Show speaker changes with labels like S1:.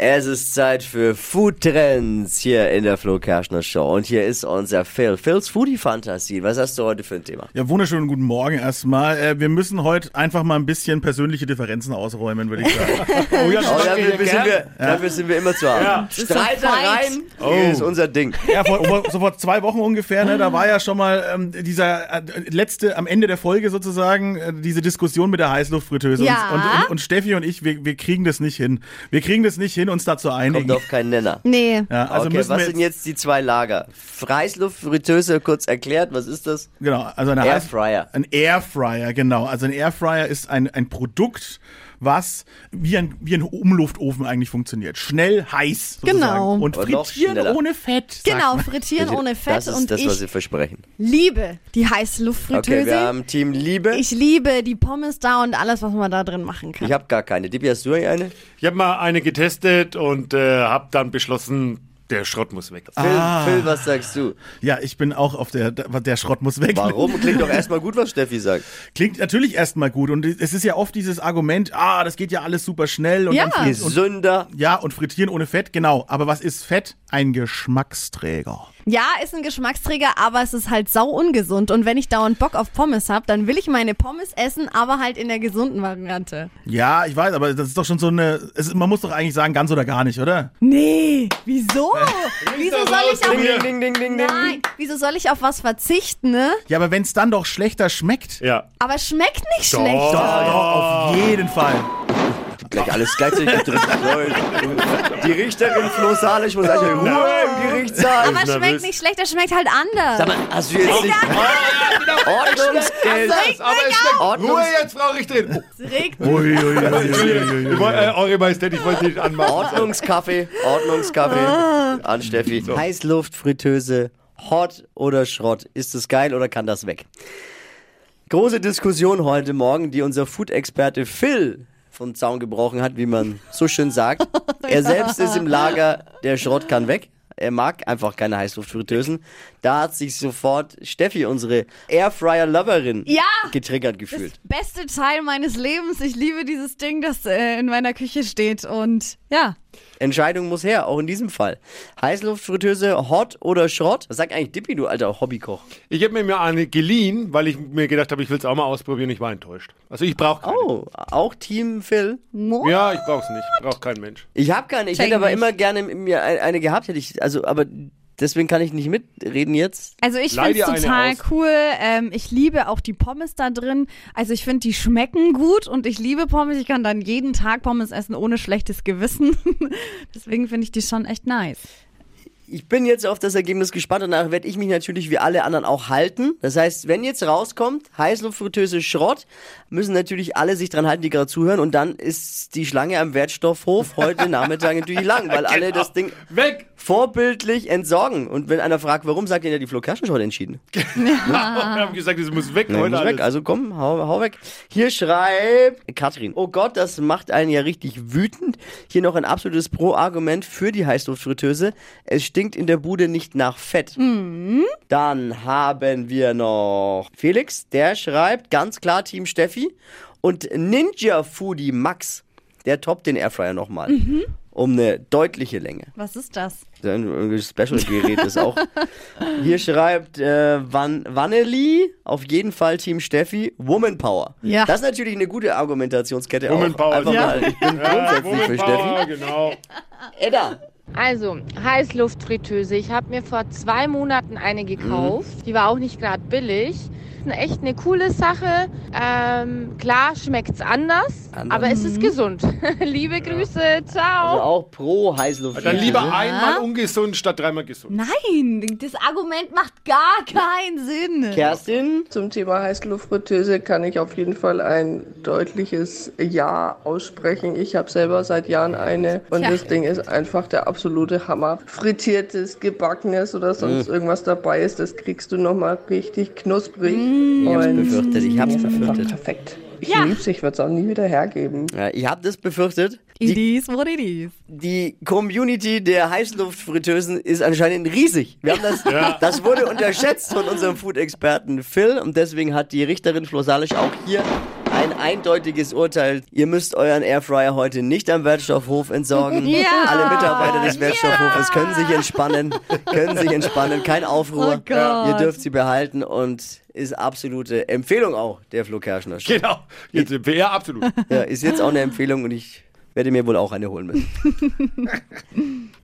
S1: Es ist Zeit für Food Trends hier in der Flo Kerschner Show. Und hier ist unser Phil. Phil's Foodie Fantasie. Was hast du heute für ein Thema?
S2: Ja, wunderschönen guten Morgen erstmal. Äh, wir müssen heute einfach mal ein bisschen persönliche Differenzen ausräumen, würde ich sagen.
S3: Oh, ja,
S1: Oh,
S3: das
S1: dafür,
S3: machen wir
S1: sind
S3: gern.
S1: wir, dafür sind wir immer zu haben.
S3: Ja.
S1: Ist Streitereien
S2: Oh.
S1: ist unser Ding.
S2: ja, vor, vor, so vor zwei Wochen ungefähr, ne, da war ja schon mal ähm, dieser äh, letzte, am Ende der Folge sozusagen, äh, diese Diskussion mit der Heißluftfritteuse.
S3: Ja.
S2: Und, und, und, und Steffi und ich, wir, wir kriegen das nicht hin. Wir kriegen das nicht hin, uns da zu
S1: Kommt
S2: einigen.
S1: auf keinen Nenner.
S3: Nee.
S2: Ja, also
S1: okay,
S2: müssen wir
S1: was sind jetzt die zwei Lager? Freiluftfritteuse, kurz erklärt, was ist das?
S2: Genau, also eine Heiß-
S1: Airfryer.
S2: Ein Airfryer, genau. Also ein Airfryer ist ein, ein Produkt, was wie ein, wie ein Umluftofen eigentlich funktioniert. Schnell, heiß sozusagen.
S3: Genau.
S2: Und
S1: Aber noch
S2: frittieren
S1: schneller.
S2: ohne Fett. sagt
S3: Genau,
S2: man.
S3: frittieren ohne Fett
S1: das ist
S3: und
S1: das, was
S3: ich
S1: sie versprechen.
S3: liebe die heiße
S1: Okay, wir
S3: Luftfritteuse.
S1: haben Team Liebe. Ich,
S3: ich liebe die Pommes da und alles, was man da drin machen kann.
S1: habe gar keine. Dibi, hast du eine?
S4: Ich habe mal eine getestet und äh, habe dann beschlossen, der Schrott muss weg.
S1: Phil, Phil, was sagst du?
S2: Ja, ich bin auch auf der, der Schrott muss weg.
S1: Warum? Klingt doch erstmal gut, was Steffi sagt.
S2: Klingt natürlich erstmal gut und es ist ja oft dieses Argument, ah, das geht ja alles super schnell und
S3: Ja.
S2: dann fri-
S1: Gesünder.
S2: ja, und frittieren ohne Fett, genau. Aber was ist Fett? Ein Geschmacksträger.
S3: Ja, ist ein Geschmacksträger, aber es ist halt sau ungesund. Und wenn ich dauernd Bock auf Pommes hab, dann will ich meine Pommes essen, aber halt in der gesunden Variante.
S2: Ja, ich weiß, aber das ist doch schon so eine, es, ist- man muss doch eigentlich sagen, ganz oder gar nicht, oder?
S3: Nee, wieso? wieso
S4: da
S3: soll
S4: raus,
S3: ich auf
S4: Ding,
S1: Ding, ding, ding, ding, ding.
S3: Nein, wieso soll ich auf was verzichten, ne?
S2: Ja, aber wenn es dann doch schlechter schmeckt.
S4: Ja.
S3: Aber es schmeckt nicht
S4: Doch.
S3: schlecht.
S2: Doch, doch, auf jeden Fall.
S1: Gleich alles gleichzeitig gedrückt. Leute. Die Richterin Flo Saale, ich muss sagen, Ruhe im Gerichtssaal.
S3: Aber es schmeckt
S4: nervös.
S3: nicht schlecht, es schmeckt halt anders.
S1: Sag mal, hast du jetzt nicht Ordnungsgeld?
S3: schmeckt
S4: Aber es schmeckt.
S1: Ordnung.
S4: Ruhe jetzt, Frau Richterin.
S3: Es regt
S2: Ui, ui, ui, ui, ui,
S4: Oh,
S2: ui.
S4: ich wollte, Oh. äh, eure Majestät, ich wollte nicht anmachen.
S1: Ordnungskaffee, Ordnungskaffee an Steffi. Heißluftfritteuse, Hot oder Schrott? Ist es geil oder kann das weg? Große Diskussion heute Morgen, die unser Food-Experte Phil vom Zaun gebrochen hat, wie man so schön sagt. Er selbst ist im Lager, der Schrott kann weg. Er mag einfach keine Heißluftfritteusen. Da hat sich sofort Steffi, unsere Airfryer-Loverin,
S3: Ja!
S1: getriggert
S3: das
S1: gefühlt.
S3: beste Teil meines Lebens. Ich liebe dieses Ding, das äh, in meiner Küche steht. Und ja,
S1: Entscheidung muss her, auch in diesem Fall. Heißluftfritteuse, Hot oder Schrott? Was sagt eigentlich Dippi, du alter Hobbykoch?
S4: Ich habe mir mir eine geliehen, weil ich mir gedacht habe, ich will es auch mal ausprobieren. Ich war enttäuscht. Also ich brauche keine.
S1: Oh, auch Team Phil?
S3: Mo
S4: Ja, ich brauche es nicht. Braucht kein Mensch.
S1: Ich habe keine, ich
S3: Check
S1: hätte aber
S3: nicht.
S1: immer gerne mir ein- eine gehabt, hätte ich, also, aber deswegen kann ich nicht mitreden jetzt.
S3: Also ich
S4: Leih
S3: finde es
S4: dir eine
S3: total
S4: aus.
S3: cool. Ähm, ich liebe auch die Pommes da drin. Also ich finde, die schmecken gut und ich liebe Pommes. Ich kann dann jeden Tag Pommes essen ohne schlechtes Gewissen. Deswegen finde ich die schon echt nice.
S1: Ich bin jetzt auf das Ergebnis gespannt und danach werde ich mich natürlich wie alle anderen auch halten. Das heißt, wenn jetzt rauskommt, Heißluftfritteuse Schrott, müssen natürlich alle sich dran halten, die gerade zuhören und dann ist die Schlange am Wertstoffhof heute Nachmittag natürlich lang, weil alle das Ding
S4: Weg!
S1: vorbildlich entsorgen. Und wenn einer fragt, warum, sagt ihr ja, die Flo Kerschner heute entschieden.
S4: Wir haben gesagt, es muss weg
S1: Ah. Nee,
S4: heute
S1: muss
S4: alles.
S1: weg. Also komm, hau, hau weg. Hier schreibt Katrin. Oh Gott, das macht einen ja richtig wütend. Hier noch ein absolutes Pro-Argument für die Heißluftfritteuse. Es stinkt in der Bude nicht nach Fett. Dann haben wir noch Felix, der schreibt ganz klar Team Steffi und Ninja Foodie Max, der toppt den Airfryer nochmal. Um eine deutliche Länge.
S3: Was ist das?
S1: Sein irgendwie Special-Gerät ist auch. Hier schreibt äh, Van Vanelli, auf jeden Fall Team Steffi, Woman Power.
S3: Ja.
S1: Das ist natürlich eine gute Argumentationskette.
S4: Woman
S1: auch.
S4: Power,
S1: Einfach
S4: ja.
S1: mal. Ich bin
S4: Ja,
S1: grundsätzlich für Steffi.
S4: Power, genau.
S1: Edda.
S5: Also, Heißluftfritteuse. Ich habe mir vor zwei Monaten eine gekauft. Die war auch nicht gerade billig. Echt eine coole Sache. Ähm, klar schmeckt's anders,
S1: Anders.
S5: aber es ist gesund. Liebe Grüße, ciao.
S1: Also auch pro Heißluft.
S4: Dann lieber einmal ungesund statt dreimal gesund.
S3: Nein, das Argument macht gar keinen Sinn.
S1: Kerstin.
S6: Zum Thema Heißluftfritteuse kann ich auf jeden Fall ein deutliches Ja aussprechen. Ich habe selber seit Jahren eine und
S3: Tja.
S6: das Ding ist einfach der absolute Hammer. Frittiertes, gebackenes oder sonst
S1: Mm.
S6: irgendwas dabei ist, das kriegst du nochmal richtig knusprig.
S1: Ich hab's
S6: Und
S1: befürchtet. Ich hab's
S6: das ist einfach
S1: befürchtet.
S6: perfekt. Ich
S3: Ja.
S6: lieb's, ich würde es auch nie wieder hergeben.
S1: Ja, ich hab das befürchtet.
S3: It
S1: Die,
S3: is what it is.
S1: die Community der Heißluftfritteusen ist anscheinend riesig. Wir haben das, das wurde unterschätzt von unserem Food-Experten Phil und deswegen hat die Richterin Flo Salisch auch hier Ein eindeutiges Urteil. Ihr müsst euren Airfryer heute nicht am Wertstoffhof entsorgen.
S3: Ja.
S1: Alle Mitarbeiter des Wertstoffhofes können sich entspannen, können sich entspannen, kein Aufruhr.
S3: Oh Gott.
S1: Ihr dürft sie behalten und ist absolute Empfehlung auch der Flo Kerschner. Show.
S4: Genau. Jetzt im PR absolut.
S1: Ja, ist jetzt auch eine Empfehlung und ich werde mir wohl auch eine holen müssen.